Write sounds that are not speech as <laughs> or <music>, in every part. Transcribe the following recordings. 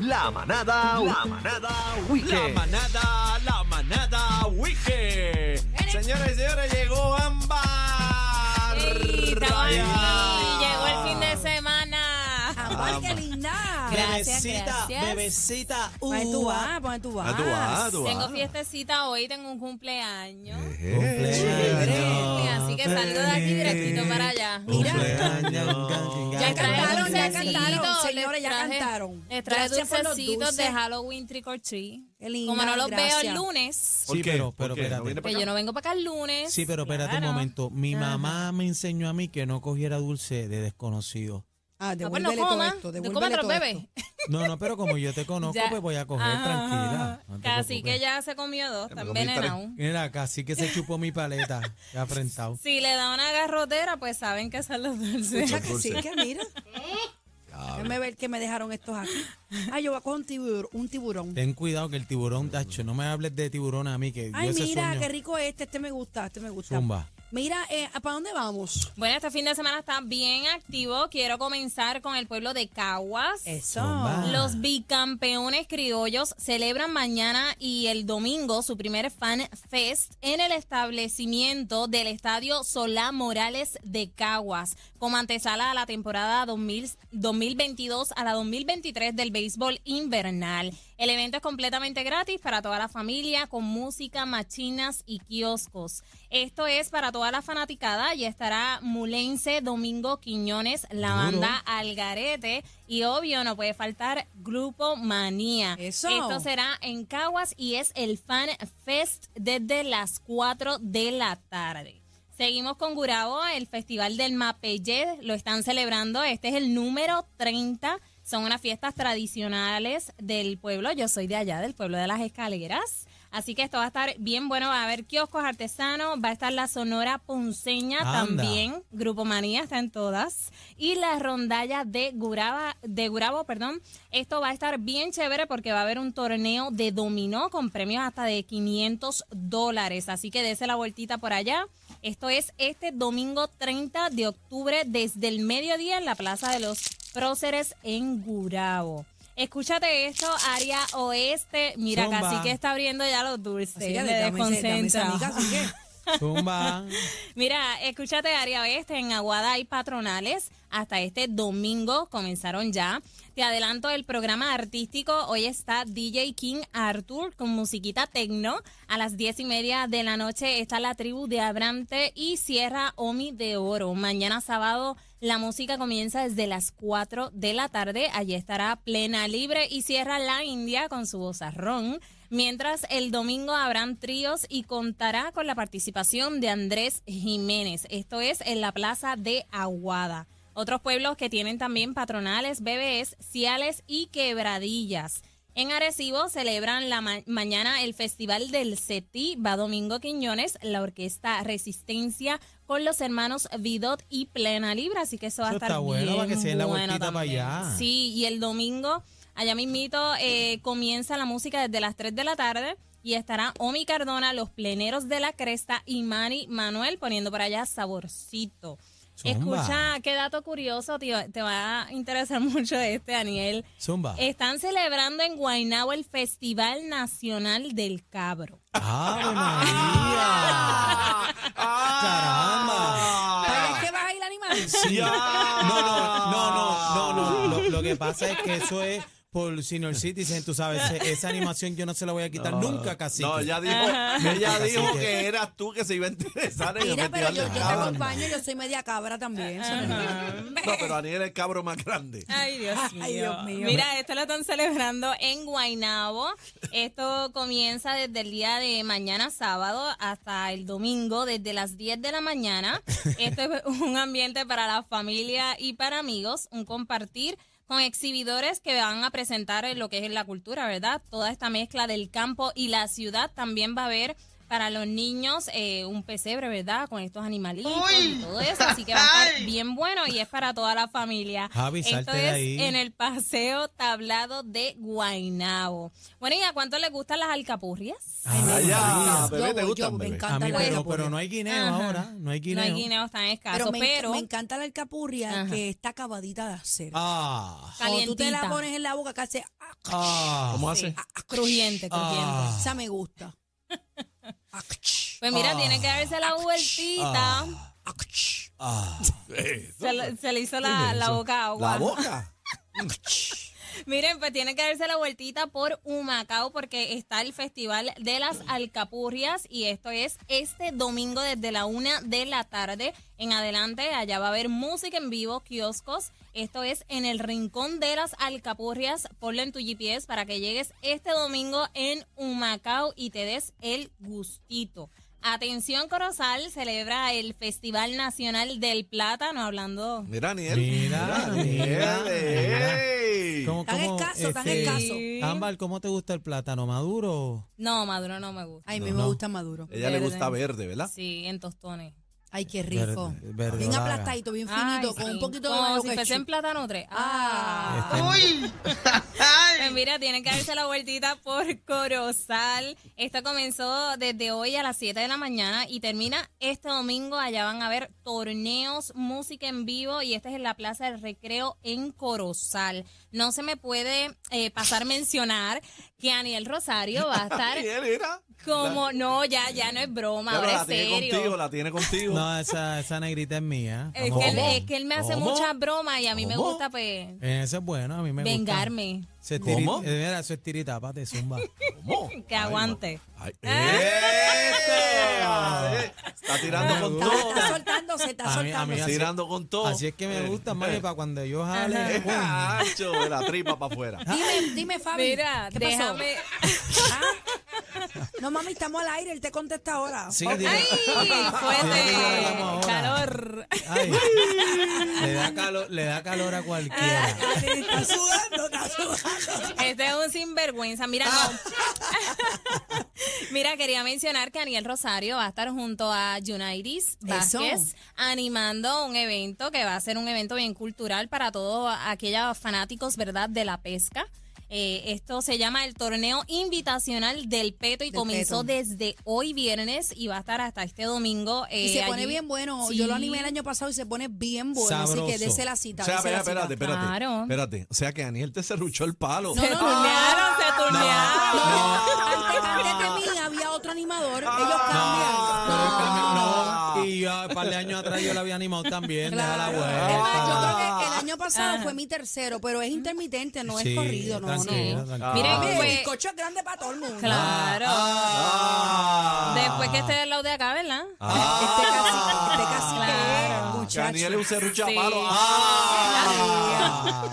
La manada, la manada Weekend. La manada, la manada Wiki. Señoras y señores, llegó Ámbar. Sí, estamos aquí. Llegó el fin de semana. Amor, qué linda. Gracias, Bebecita, gracias. bebecita. Pon tu ua. vas, pon tu vas. Ah, tú vas, tú vas. Tengo fiestecita hoy, tengo un cumpleaños. Cumpleaños. Así que salgo de aquí directito para allá. Mira. Les traje Ya cantaron, ya dulcecitos, cantaron, les señores, ya traje- cantaron. Les traje Gracias por los dulcecitos de dulces. Halloween Trick or Treat. Qué linda, Como no los veo el gracias. lunes, Sí, pero, pero ¿No viene espérate. pa' que acá? yo no vengo para acá el lunes. Sí, pero espérate Claro. Ah, un momento. Mi mamá me enseñó a mí que no cogiera dulce de desconocido. Ah, Ah, pues no devuélvele todo coman, esto, no devuélvele coman los todo esto. bebés. No, no, pero como yo te conozco, Ya. pues voy a coger Ajá. tranquila. No te Casi que preocupes. ya se comió dos, Ya me está comí tres. envenenado. Mira, casi que se chupó mi paleta. Qué afrentado. Si le da una garrotera, pues saben que son los dulces. Escucha que sí, que mira. Déjame ver que me dejaron estos aquí. Ah, yo voy a coger un tiburón. Un tiburón. Ten cuidado que el tiburón, tacho, no me hables de tiburón a mí, que Ay, yo ese mira, sueño- qué rico este. Este me gusta, este me gusta. Zumba. Mira, eh, ¿para dónde vamos? <laughs> Bueno, este fin de semana está bien activo. Quiero comenzar con el pueblo de Caguas. Eso. Zumba. Los bicampeones criollos celebran mañana y el domingo su primer Fan Fest en el establecimiento del Estadio Solá Morales de Caguas, como antesala a la temporada 2000 2022 a la 2023 del béisbol invernal. El evento es completamente gratis para toda la familia con música, machinas y kioscos. Esto es para toda la fanaticada y estará Mulense Domingo Quiñones, la Duro. banda Algarete y obvio no puede faltar Grupo Manía. Eso. Esto será en Caguas y es el Fan Fest desde las 4 de la tarde. Seguimos con Guraboa, el Festival del Mapellé lo están celebrando, este es el número 30. Son unas fiestas tradicionales del pueblo. Yo soy de allá, del pueblo de las escaleras. Así que esto va a estar bien bueno. Va a haber kioscos artesanos. Va a estar la Sonora Ponceña Anda. también. Grupo Manía está en todas. Y la rondalla de Guraba, de Gurabo, perdón. Esto va a estar bien chévere porque va a haber un torneo de dominó con premios hasta de 500 dólares. Así que dése la vueltita por allá. Esto es este domingo 30 de octubre desde el mediodía en la Plaza de los Próceres en Gurabo. Escúchate esto, área oeste. Mira, Zumba. casi que está abriendo ya los dulces. Así que me dame ese- dame esa desconcentra. amiga, así que- Zumba. Mira, escúchate área oeste, en Aguada hay patronales hasta este domingo, comenzaron ya. Te adelanto el programa artístico, hoy está DJ King Arthur con musiquita tecno. A las diez y media de la noche está la tribu de Abrante y Sierra Omi de Oro. Mañana sábado la música comienza desde las 4 de la tarde, allí estará Plena Libre y Sierra La India con su bozarrón. Mientras el domingo habrán tríos y contará con la participación de Andrés Jiménez. Esto es en la Plaza de Aguada. Otros pueblos que tienen también patronales, bebés, ciales y quebradillas. En Arecibo celebran la ma- mañana el Festival del CETI. Va Domingo Quiñones, la orquesta Resistencia con los hermanos Vidot y Plena Libre. Así que eso va a Eso estar está bueno, para que bien se den la bueno vueltita para también. allá. Sí, Sí, y el domingo, allá mismito, eh, comienza la música desde las 3 de la tarde y estará Omi Cardona, Los Pleneros de la Cresta y Mari Manuel poniendo por allá saborcito. Zumba. Escucha, qué dato curioso, tío, te va a interesar <laughs> mucho este, Daniel. Zumba. Están celebrando en Guaynabo el Festival Nacional del Cabro. ¡Ave María! ¡Caramba! ¡Ah! ¿Para qué vas a ir animal? Sí. No, no, no, no, no, no. Lo, lo que pasa es que eso es por Senior Citizen, tú sabes, e- esa animación yo no se la voy a quitar nunca, casi. No, ella dijo, ella Cacique. dijo que eras tú que se iba a interesar en el Mira, pero festival yo, yo del te cabro. acompaño, yo soy media cabra también. No, pero Daniel es el cabro más grande. <laughs> Ay, Dios mío. Ay, Dios mío. Mira, esto lo están celebrando en Guainabo. Esto comienza desde el día de mañana sábado hasta el domingo, desde las 10 de la mañana. Esto es un ambiente para la familia y para amigos, un compartir con exhibidores que van a presentar lo que es la cultura, ¿verdad? Toda esta mezcla del campo y la ciudad también va a haber para los niños eh, un pesebre, ¿verdad? Con estos animalitos y todo eso. Así que va a <laughs> estar bien bueno y es para toda la familia. Javi, salte Esto de es ahí. en el Paseo Tablado de Guainabo. Bueno, ¿y a cuánto les gustan las alcapurrias? Ay, Allá, Yo bebé, ¿te voy, yo gustan, voy, me bebé? a encanta mí, la pero, alcapurria. pero no hay guineo Ajá. ahora. No hay No guineo. hay guineos tan escasos, Pero me, pero, enc- me encanta la alcapurria Ajá. que está acabadita de hacer. Ah, Cuando tú te la Calientita. pones en la boca, casi ah, ah. ¿Cómo hace? ah, ah, crujiente, crujiente. Ah. esa <laughs> me gusta. Ach, Pues mira, Ah. tiene que darse la vueltita. ah, ach. Eh, Se, le- se le hizo la, la boca agua. La boca. Miren, pues tiene que darse la vueltita por Humacao porque está el Festival de las Alcapurrias y esto es este domingo desde la una de la tarde en adelante. Allá va a haber música en vivo, kioscos. Esto es en el Rincón de las Alcapurrias. Ponlo en tu GPS para que llegues este domingo en Humacao y te des el gustito. Atención Corozal celebra el Festival Nacional del Plátano, hablando Mira, Aniel. Mira, mira, mira. ey. ¿Cómo- Tan cómo, escaso, tan este, escaso. Ámbar, ¿cómo te gusta el plátano maduro? No, Maduro no me gusta. Ay, a mí me no. gusta maduro. Ella le gusta verde, ¿verdad? Sí, en tostones. Ay, qué rico. Verde- verde bien vaga. aplastadito, bien Ay, finito, con sí. un poquito de Como mayo si fuese ketchup. en plátano 3. Ah. Este. Ah. Pues mira, tienen que darse la vueltita por Corozal. Esto comenzó desde hoy a las 7 de la mañana y termina este domingo. Allá van a haber torneos, música en vivo y este es en la Plaza del Recreo en Corozal. No se me puede eh, pasar mencionar que Aniel Rosario va a estar Aniel, mira. como... No, ya, ya no es broma, Ya, pero ahora la es tiene serio. contigo, la tiene contigo. Este, No, esa, esa negrita es mía. Es Vamos. que, él, es que él me hace ¿Cómo? muchas bromas y a mí me ¿Cómo? gusta pues Eh, Eso es bueno, a mí me gusta. vengarme. Se tiri- ¿Cómo? eh, mira, eso es tiritapa, te zumba. ¿Cómo? <laughs> Que aguante. Ah. Ay, ¡Este! Está tirando con Está, todo. está soltándose, está A mí- a mí Está soltándose. así- tirando con todo. Así es que me gusta, mami, para cuando yo jale. Eh, ¡pum! <laughs> Hacho, de la tripa para afuera. Dime, dime, Fabi. Mira, ¿qué déjame. pasó? ¿Ah? No, mami, estamos al aire, él te contesta ahora. Sí, Ok. tira- ¡Ay! Mira, mira, vamos Fuerte. ahora. Calor. Ay, le, da calor, le da calor a cualquiera. Sí, <laughs> Está sudando, está sudando. Este es un sinvergüenza. Mira, no. Ah. <laughs> Mira, quería mencionar que Aniel Rosario va a estar junto a Unitis Vázquez Eso. animando un evento que va a ser un evento bien cultural para todos aquellos fanáticos, ¿verdad?, de la pesca. Eh, esto se llama el torneo invitacional del Peto y Del comenzó Peto. desde hoy viernes y va a estar hasta este domingo. Y eh, se pone allí. bien bueno. Sí. Yo lo animé el año pasado y se pone bien bueno. Así que Sabroso. dese la cita. O sea, dese la espera, cita. espérate, espérate. Claro. Espérate. O sea que Daniel te serruchó el palo. No, Se no, no. turnearon, se turnearon. No, antes de mí había otro animador. Ellos Ah, No, pero es que cambian. a mí- no, y yo, un par de años atrás yo la había animado también. deja la Claro. vuelta. Es más, yo creo que el Ah. año pasado fue mi tercero, pero es intermitente, no Sí, es corrido, no, tranquilo, no. tranquilo. Miren, Mire, pues- el coche es grande para todo el mundo. Claro. Ah. Después que esté del lado de acá, ¿verdad? Este casi, este Ah. casi Claro. que Que muchacho. Daniel es un serrucha Sí. palo. Ah.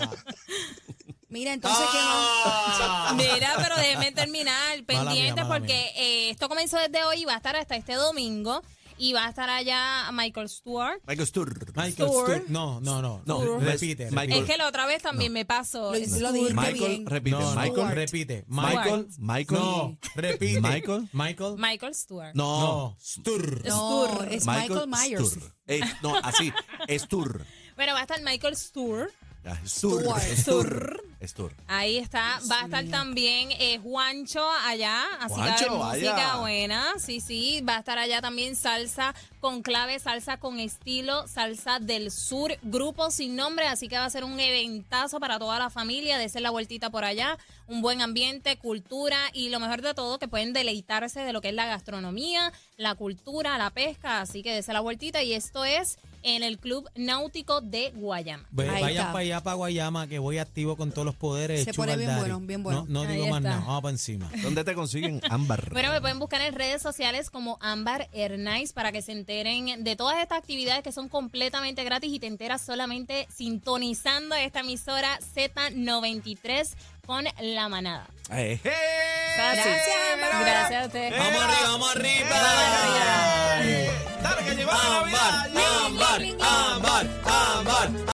Mira, entonces que no. Ah. Mira, pero déjeme terminar pendiente mía, mala porque eh, esto comenzó desde hoy y va a estar hasta este domingo y va a estar allá Michael Stewart. Michael Sturr. Michael Tour. Stewart. No, no, no. No, repite. Michael- repite. Es que la otra vez también me pasó. Lo, hice- lo dijiste Michael, bien. repite. No, no, Michael, repite. repite. Michael. Michael. No, repite. Michael. Michael. Michael Stewart. No. No, Stur. No, es Michael, Myers. Sturr. Eh, no, así. Es Sturr. Bueno, va a estar Michael Stewart. Ya, Sturr. Sturr. Sturr. Sturr. Ahí está. Va a estar también eh, Juancho allá. Así que va a haber Juancho, música allá. buena. Sí, sí. Va a estar allá también salsa con clave, salsa con estilo, salsa del sur, grupo sin nombre. Así que va a ser un eventazo para toda la familia. Dese la vueltita por allá. Un buen ambiente, cultura y lo mejor de todo, que pueden deleitarse de lo que es la gastronomía, la cultura, la pesca. Así que dese la vueltita. Y esto es en el Club Náutico de Guayama. Ve- Ahí Vayan está. para allá, para Guayama, que voy activo con todos los poderes. Se pone Sugar bien Daddy. bueno, bien bueno. No, no Ahí digo más está. nada, vamos para encima. ¿Dónde te consiguen ámbar? Bueno, me pueden buscar en redes sociales como Ámbar Hernández para que se enteren de todas estas actividades que son completamente gratis y te enteras solamente sintonizando esta emisora Z93 con La Manada. Eh, eh. Gracias, Ámbar. Gracias a ustedes. Vamos arriba, vamos arriba. arriba. Dale, que llegó la Navidad. ámbar, ámbar, ámbar.